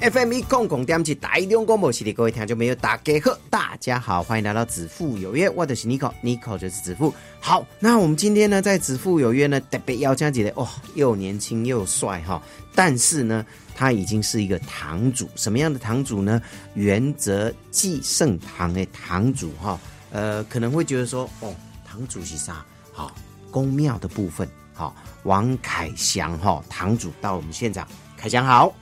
FM 一共共点起台中广播系列，各位听众朋友，大家好，大家好，欢迎来到子父有约，我的是 Nico，Nico 就是子父。好，那我们今天呢，在子父有约呢，特别邀请几位哦，又年轻又帅哈、但是呢，他已经是一个堂主，什么样的堂主呢？原则继圣堂的堂主哈、呃，可能会觉得说，哦，堂主是啥？好、宫庙的部分，好、王凯祥哈、堂主到我们现场，凯祥好。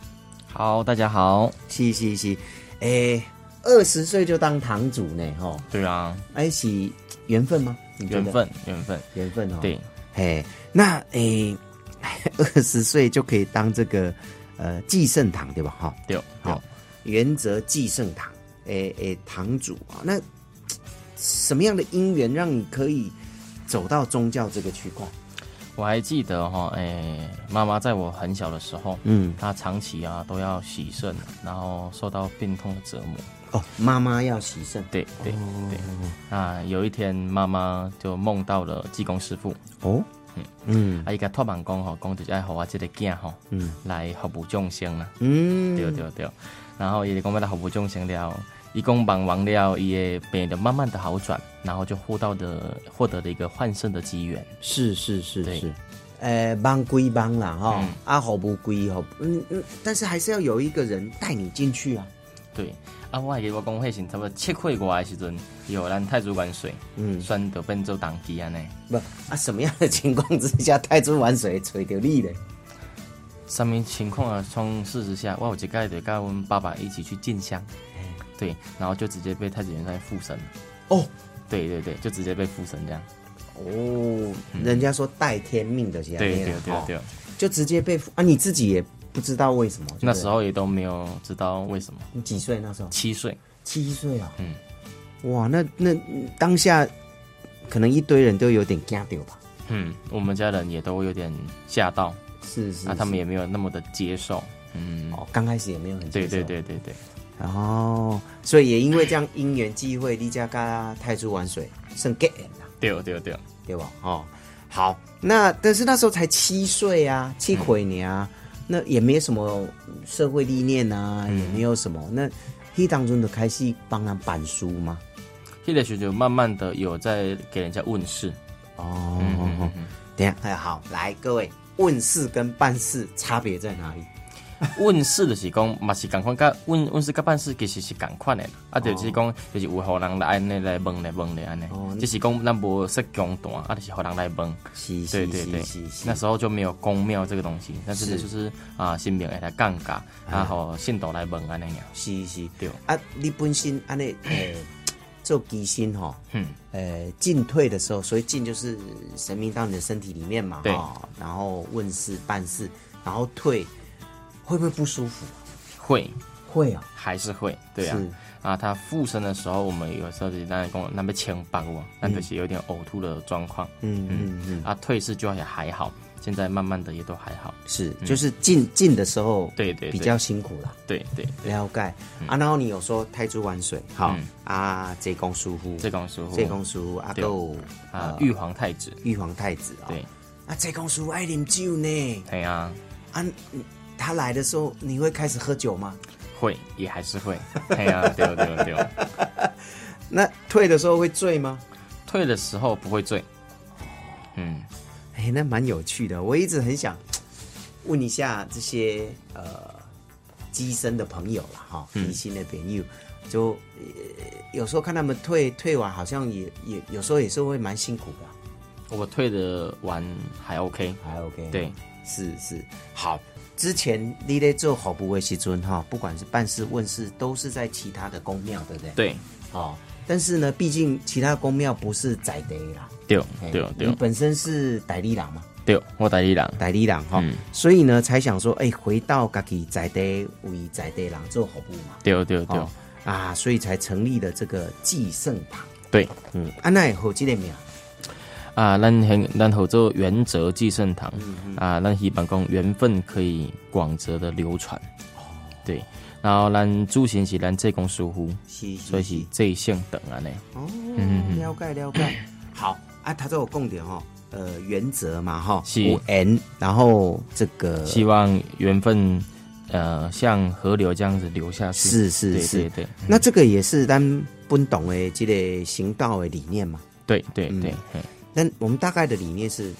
好，大家好。是是是，诶、二十岁就当堂主呢，吼，对啊，哎是缘分吗？你觉得缘，分，缘分。缘分哦。对，嘿，那诶， 二十岁就可以当这个呃继圣堂对吧？哈，对，好好。，原则继圣堂，诶诶，堂主啊，那嘖什么样的因缘让你可以走到宗教这个区块？我还记得哈、哎、妈妈在我很小的时候，嗯，她长期啊都要洗肾，然后受到病痛的折磨。哦，妈妈要洗圣，对对哦对。那有一天，妈妈就梦到了济公师傅，哦，嗯啊，伊甲托梦讲吼，讲就是爱互我这个囝吼，嗯来服务众生啊。嗯，对对对。然后伊就讲要来服务众生了，伊讲忙完了，伊的病就慢慢的好转，然后就获到的获得了一个换肾的机缘。是是是对是，呃，帮归帮啦哈嗯，啊，好不归好，嗯嗯，但是还是要有一个人带你进去啊，对，啊，我还记得我讲迄时差不多七岁外的时阵，有咱太子玩水，嗯，选就变做当机安尼，不啊，什么样的情况之下太子玩水吹掉你嘞？什么情况啊？从事实下，我有一届就跟阮爸爸一起去进香，对，然后就直接被太子元帅附身了。哦对对对，就直接被附身这样。哦，人家说带天命的这样，嗯对对对哦对，就直接被啊，你自己也不知道为什么，对不对那时候也都没有知道为什么。你几岁那时候？七岁，七岁啊，嗯，哇，那那当下可能一堆人都有点惊掉吧，嗯，我们家人也都有点吓到，是是，啊，他们也也没有那么的接受。嗯，哦，刚开始也没有很对接对受对对对，哦，所以也因为这样因缘际会，你家跟泰铢玩水，算结缘啦，对对对，对吧？哦，好，那但是那时候才七岁啊，七岁你啊，那也没什么社会历练啊，也没有什么，那那当中就开始帮人板书吗？迄个时候就慢慢的有在给人家问世。哦，嗯嗯嗯嗯等一下，哎，好，来各位，问事跟办事差别在哪里？问世就是讲，嘛是共款，甲问问世甲办事其实是共款的啦。啊，就是讲，就是有互人来安尼来问来问来安尼哦，只是讲咱无设公单，啊，就是互人来问。是是对对对是是，是，那时候就没有公庙这个东西，但是是哎就是啊，神明会来降价，啊，互信徒来问安尼样。是是，对啊，你本身安 尼诶做机身吼，嗯，呃，进退的时候，所以进就是神明到你的身体里面嘛，对哦然后问事办事，然后退会不会不舒服？会会啊，还是会，对啊是。啊，他附身的时候，我们有时候就是那讲那边清八卦，那就是有点呕吐的状况。嗯嗯嗯，啊，退市就也还好，现在慢慢的也都还好。是，就是进进的时候，嗯对对对嗯比较辛苦啦。对对，了解啊，然后你有说泰铢玩水，好嗯啊，这公疏忽，这公师傅，这公疏忽，啊，还对有啊，玉皇太子，玉皇太子啊，对，啊，这公疏忽爱啉酒呢，哎呀，啊，嗯他来的时候你会开始喝酒吗？会也还是会，哎呀，对对对，那退的时候会醉吗？退的时候不会醉，嗯，哎、那蛮有趣的。我一直很想问一下这些呃机身的朋友啦，哈，机身的朋友，就、呃、有时候看他们退退完，好像也也有时候也是会蛮辛苦的啊、我退的完还 OK，还 OK，对，是是好。之前你在做好不为时尊哈，不管是办事问事，都是在其他的宫庙，对不对？，对哦。但是呢，毕竟其他宫庙不是宰的啦，对嘿对你对本身是傣力郎嘛，对，我代理人，代理人哈、嗯所以呢才想说，哎、回到家己在地为在地人做服务嘛，哦啊对对对哦，啊，所以才成立了这个济圣堂。对，嗯，啊，那好这个名，啊，咱很咱合作原则寄圣堂啊，咱希望讲缘分可以广泽的流传。对，然后咱主神是咱这公疏忽，是是所以是嗯这圣等啊安尼。哦，了解了解。 好啊，他都有供点哈，呃，原则嘛哈，是五 N，然后这个希望缘分呃像河流这样子流下去。是是是对对嗯对那这个也是咱本懂的这个行道的理念嘛。对嗯对对。嘿但我们大概的理念是，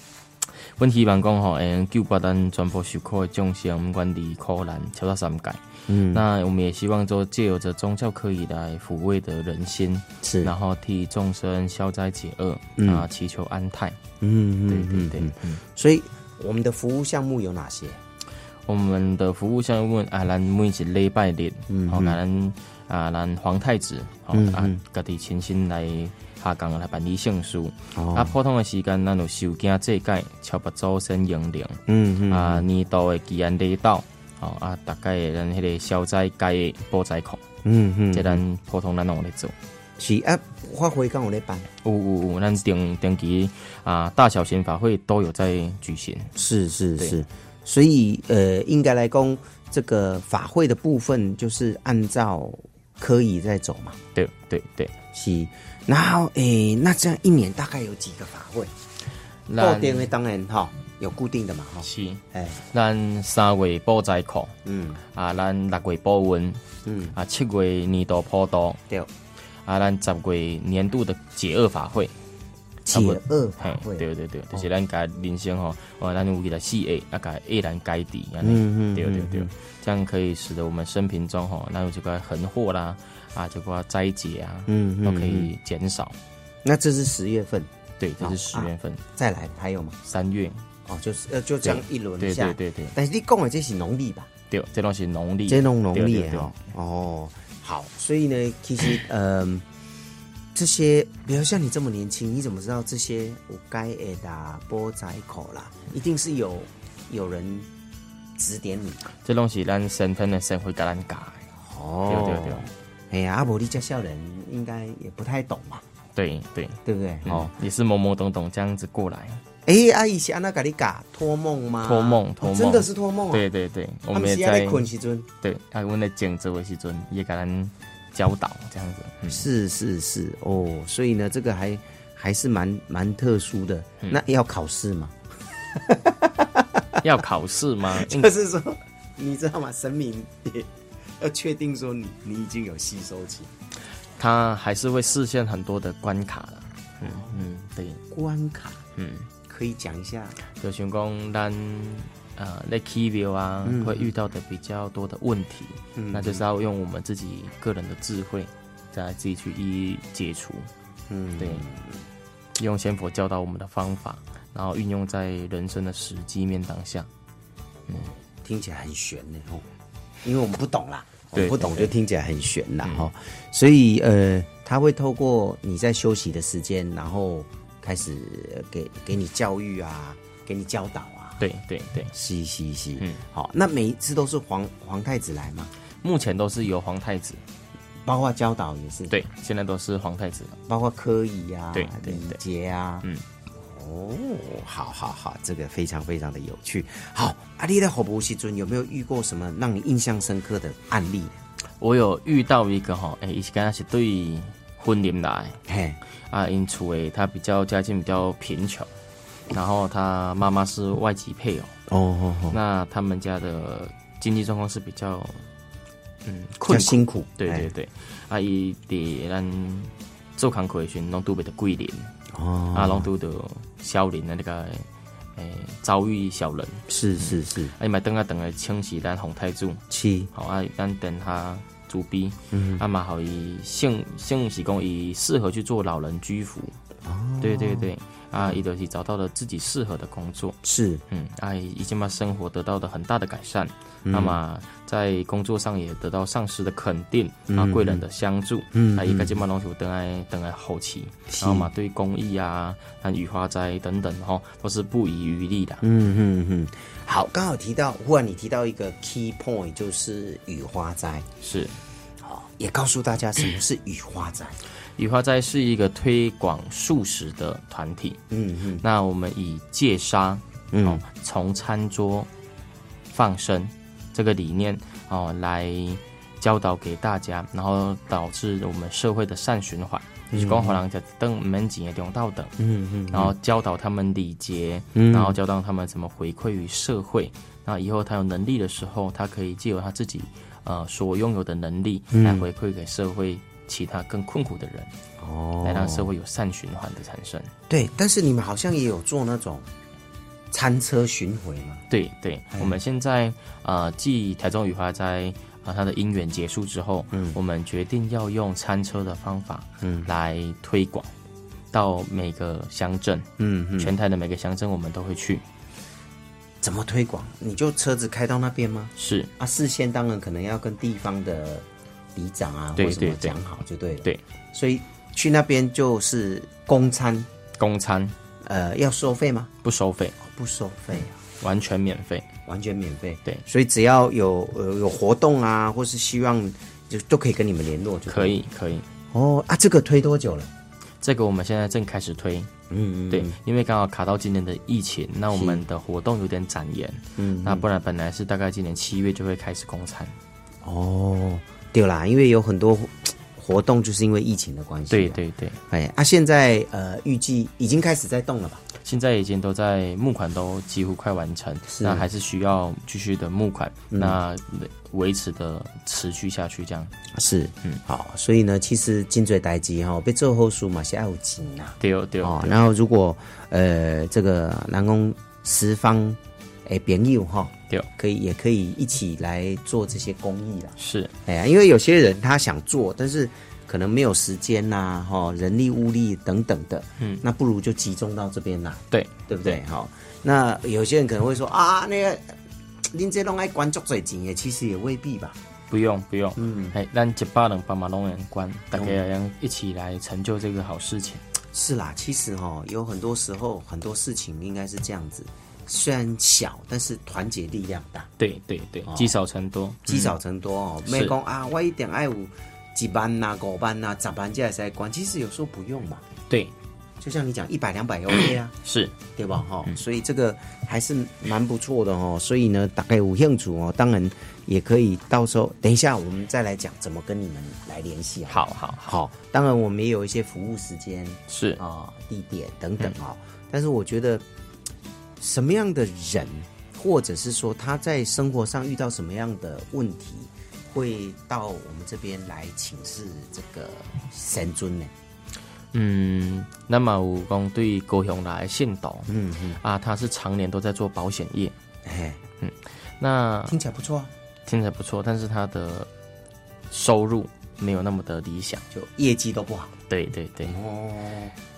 阮希望讲吼，嗯，救拔咱全部受苦的众生，毋管离苦难超到三界。嗯，那我们也希望说，借由着宗教可以来抚慰的人心，是然后替众生消灾解厄，嗯啊，祈求安泰。嗯对嗯对嗯对，嗯，嗯所以我们的服务项目有哪些？我们的服务项目啊，咱每一礼拜日，好，咱啊，咱皇太子，好嗯啊嗯，家己亲身来下岗来办理圣书。哦啊，普通的时间，咱有受惊这届超八祖先迎灵。嗯嗯啊，年度的吉安礼道，哦啊，大概的咱迄个消灾解保灾课，嗯嗯即咱普通咱拢有咧做。是啊，发挥刚我那班，有有有，咱定定期啊，大小型法会都有在举行。是是对是，所以呃，应该来讲这个法会的部分，就是按照科仪在走嘛。对对对，是，然后诶，那这样一年大概有几个法会？固咱定的当然哈、有固定的嘛哈。是哎，咱三月保灾课，嗯啊，咱六月保温，嗯，啊，七月年度普渡，对，啊，咱十月年度的解厄法会。解厄法嘿会，，哦对对对，就是咱家人生吼，哇，咱有起来四 A，啊，甲 A 咱改底，安嗯嗯尼，对对嗯对，这样可以使得我们生平中吼，咱有这个横祸啦，啊，这个灾劫啊，嗯嗯都可以减少。那这是十月份，对，这好是十月份，再来还有吗？三月，哦，就是呃，就这样一轮对下。对对对但是你讲的这是农历吧？对，这都是农历，这弄农历对对的对哦。哦，好，所以呢，其 实嗯、这些，比如像你这么年轻，你怎么知道这些有该诶的啊波仔口啦？一定是有有人指点你。这拢是咱身份的社会甲咱教的，对哦对对。哎呀，阿伯利家校人应该也不太懂嘛，对对，对不对？哦哦，，也是懵懵懂懂这样子过来，哎，阿姨是安娜咖喱嘎托梦吗？托梦哦托梦真的是托梦啊！对，对对，我我们们也在在困时阵，对，啊，阮咧静坐的时阵，也甲咱教导这样子。嗯，是是是哦，所以呢，这个还还是蛮蛮特殊的。嗯那要考试吗？要考 试吗？应就是说，你知道吗？神明也要确定说你你已经有吸收起他还是会视线很多的关卡啦。嗯嗯，对，关卡，嗯，可以讲一下。就像讲咱呃在 key view 啊，嗯会遇到的比较多的问题，那就是要用我们自己个人的智慧，再自己去一一解除。嗯，对，用仙佛教导我们的方法，然后运用在人生的实际面当下。听起来很悬呢哦，因为我们不懂啦，我们对嗯不懂就听起来很悬啦哦，所以呃，他会透过你在休息的时间，然后开始呃给给你教育啊，给你教导啊。对对对，是是是，嗯好，那每一次都是皇皇太子来嘛，目前都是由皇太子，包括教导也是，，对，现在都是皇太子了。包括科仪啊，对对礼对节啊，嗯，哦，好好好，这个非常非常的有趣。好，阿丽的火博西尊有没有遇过什么让你印象深刻的案例？我有遇到一个吼，诶、伊是敢若是对婚姻来的嘿，啊，因厝诶，他比较家境比较贫穷，然后他妈妈是外籍配偶，哦哦哦，那他们家的经济状况是比较嗯比较困苦，辛苦，对对哎，对，啊，伊伫咱做工课诶时阵，拢拄袂着桂林，哦，啊，拢拄着小林的那个诶、遭遇小人，是是是，啊，伊嘛等啊等来清洗咱洪太子。七，好啊，咱等他主逼，啊嘛好伊性性是讲伊适合去做老人居服，对对对，啊伊就是找到了自己适合的工作，是嗯，啊伊已经把生活得到了很大的改善，那么在工作上也得到上司的肯定，啊贵人的相助，啊伊个这嘛拢是有等来等来后期，然后嘛对公益啊、和雨花斋等等吼都是不遗余力的，嗯嗯嗯，好，刚好提到，忽然你提到一个 key point，就是雨花斋，是。也告诉大家什么是雨花斋。雨花斋是一个推广素食的团体，嗯嗯那我们以戒杀，嗯哦，从餐桌放生这个理念哦来教导给大家，然后导致我们社会的善循环。就是讲，互人食顿毋免钱的中道等，嗯嗯，然后教导他们礼节，嗯然后教导他们怎么回馈于社会。那以后他有能力的时候，他可以借由他自己呃所拥有的能力嗯来回馈给社会其他更困苦的人，哦来让社会有善循环的产生。对，但是你们好像也有做那种餐车巡回嘛？对对，我们现在呃，继台中雨花斋啊它的因缘结束之后，嗯，我们决定要用餐车的方法，嗯，来推广到每个乡镇，嗯嗯，全台的每个乡镇我们都会去。怎么推广？你就车子开到那边吗？是啊，事先当然可能要跟地方的里长啊对或什么对对讲好就对了。对，所以去那边就是公餐，公餐呃，要收费吗？不收费，不收费啊。完全免费。完全免费，嗯对所以只要有呃有活动啊，或是希望就都可以跟你们联络就可以可以，哦啊，这个推多久了？这个我们现在正开始推，嗯，对，因为刚好卡到今年的疫情，那我们的活动有点展延，嗯，那不然本来是大概今年七月就会开始公餐，哦，对啦，因为有很多活动就是因为疫情的关系，对，对对，哎啊，现在呃预计已经开始在动了吧？现在已经都在募款都几乎快完成，那还是嗯需要继续的募款，那维持的持续下去这样，是，嗯，好，所以呢，其实金嘴代机哈，被做后书嘛是要有钱呐、对哦对哦哦，，然后如果呃这个南宫十方诶朋友哈、对哦可以也可以一起来做这些公益啦。是哎呀，因为有些人他想做，但是可能没有时间呐、哈、人力物力等等的，嗯，那不如就集中到这边来，对对不对？哈、那有些人可能会说啊，那个您这弄爱关注最紧也，其实也未必吧。不用不用，嗯，哎，咱一百人帮忙拢人关，大家要一起来成就这个好事情。是啦，其实哈、有很多时候很多事情应该是这样子，虽然小，但是团结力量大，对对对，哦嗯积少成多，积少成多哦。嗯是没讲啊，我一定爱有几班呐、五班呐、十班这才才管，其实有时候不用嘛。嗯对就像你讲，一百两百 OK 啊。是，对吧？嗯哈、所以这个还是蛮不错的哦。所以呢，大概有兴趣哦，当然也可以到时候等一下我们再来讲怎么跟你们来联系啊。好好好好，当然我们也有一些服务时间是啊、地点等等哦。但是我觉得什么样的人，或者是说他在生活上遇到什么样的问题，会到我们这边来请示这个神尊呢？嗯，那么有讲对高雄来的信导，嗯嗯，啊，他是常年都在做保险业，哎，那听起来不错啊，听起来不错，但是他的收入没有那么的理想，就业绩都不好对对对，哦。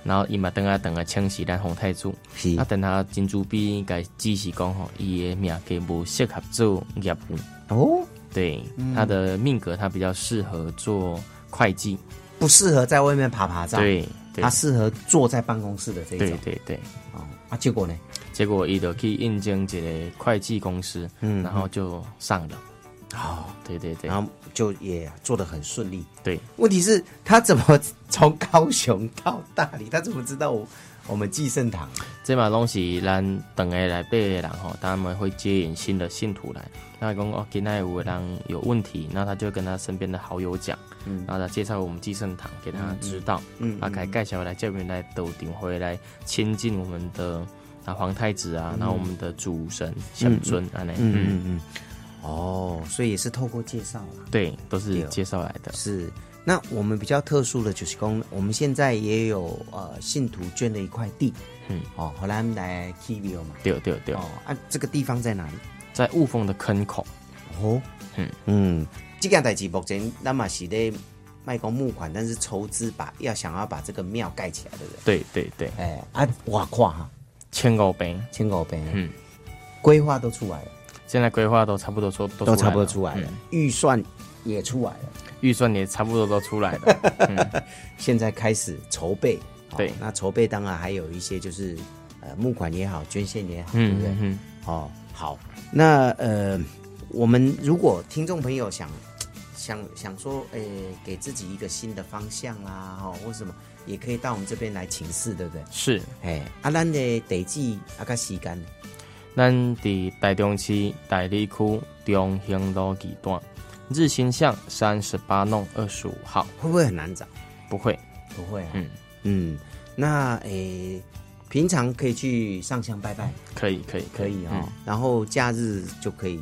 然后伊嘛等啊等啊，清洗咱红太子，是啊，等他金主比该只是讲吼，伊的命格无适合做业务，哦，对，他的命格他比较适合做会计，不适合在外面爬爬照，，对对他适合坐在办公室的这一对种。对对。哦，啊，结果呢？结果伊就去应征一个会计公司，嗯，然后就上了。哦，对对对，然后就也做得很顺利。对问题是，他怎么从高雄到大理？他怎么知道我我们寄圣堂？啊这嘛拢是咱等下来背的人吼，他们会接引新的信徒来。那讲哦，今天有个人有问题，那他就跟他身边的好友讲，嗯，然后他介绍我们寄圣堂给他知道，嗯，他开介绍来叫人来斗顶回来亲近我们的啊皇太子啊，然后我们的主神相尊啊，那嗯，嗯嗯。哦，所以也是透过介绍啦。对，都对是哦介绍来的，是，那我们比较特殊的就是讲，我们现在也有呃信徒捐了一块地，嗯，哦，后来我们来 k i v i o 嘛。对对对哦，，啊，这个地方在哪里？在雾峰的坑口，哦，嗯嗯嗯，这件代志目前咱嘛是咧卖讲募款，但是筹资把要想要把这个庙盖起来，对不对？对对对，哎、啊，我看哈，千狗杯。千口碑，嗯嗯，规划都出来了，现在规划都差不多说都都差来不多了出来了嗯，预、算也出来了，预算也差不多都出来 了。现在开始筹备。哦对那筹备当然还有一些就是呃募款也好，捐献也好，对嗯不对？嗯嗯，哦，好，那呃，我们如果听众朋友想想想说，诶、给自己一个新的方向啦，哈，或什么，也可以到我们这边来请示，对不对？是，哎，啊，咱的地址啊，甲时间，咱伫台中市大理区中兴路二段日新巷三十八弄二十五号，会不会很难找？不会，不会啊，嗯嗯，那诶、平常可以去上香拜拜，可以，可以，可以哦，嗯然后假日就可以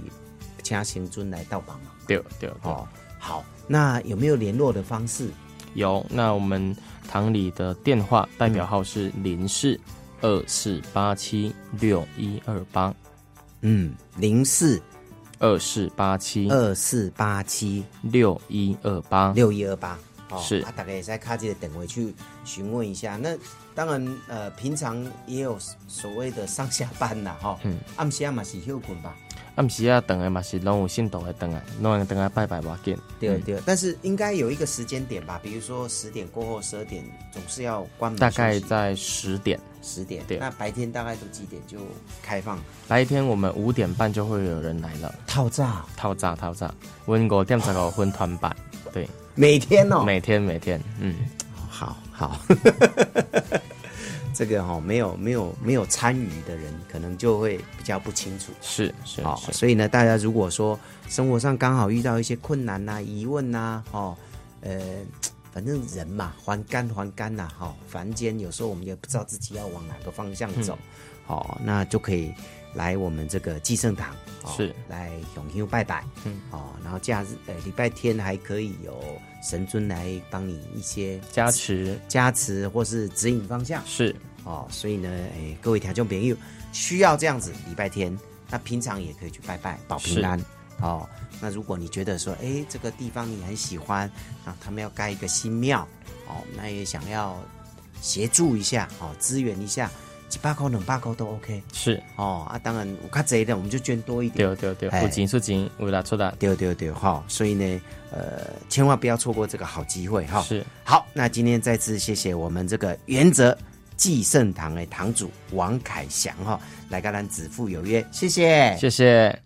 请行尊来到帮忙，对对对，哦，好，那有没有联络的方式？有。那我们堂里的电话代表号是零四二四八七六一二八嗯，零四二四八七二四八七六一二八，六一二八。哦是啊，大概也在卡这个等位去询问一下。那当然，呃，平常也有所谓的上下班啦，哈、嗯，暗时啊嘛是休困吧，暗时啊，等的嘛是拢有信徒的等啊，拢有等啊拜拜吧见。对对、但是应该有一个时间点吧，比如说十点过后，十二点总是要关门大休息。概在十点，十点。对那白天大概都几点就开放？白天我们五点半就会有人来了，套炸，套炸套炸，温五点十五分团版，对，每天哦，每天每天，嗯，好好， 这个哈、哦、没有没有没有参与的人，可能就会比较不清楚。是是好，是，所以呢，大家如果说生活上刚好遇到一些困难呐、疑问呐、哦，呃，反正人嘛，还干还干呐、哈、凡间有时候我们也不知道自己要往哪个方向走，嗯好、那就可以来我们这个寄圣堂，哦是来永休拜拜，嗯，哦，然后假日呃礼拜天还可以有神尊来帮你一些加持加持或是指引方向，是哦，所以呢，诶，各位听众朋友需要这样子，礼拜天，那平常也可以去拜拜保平安。哦，那如果你觉得说，诶，这个地方你很喜欢，然后他们要盖一个新庙，哦，那也想要协助一下，哦，支援一下，几百块、两百块都 OK。是，哦，啊，当然我看这一点，我们就捐多一点。对对对，哎有钱出钱，有力出力，对对对，哈、所以呢，呃，千万不要错过这个好机会哈。是，好，那今天再次谢谢我们这个原则济圣堂的堂主王凯翔哈、来跟咱子父有约，谢谢，谢谢。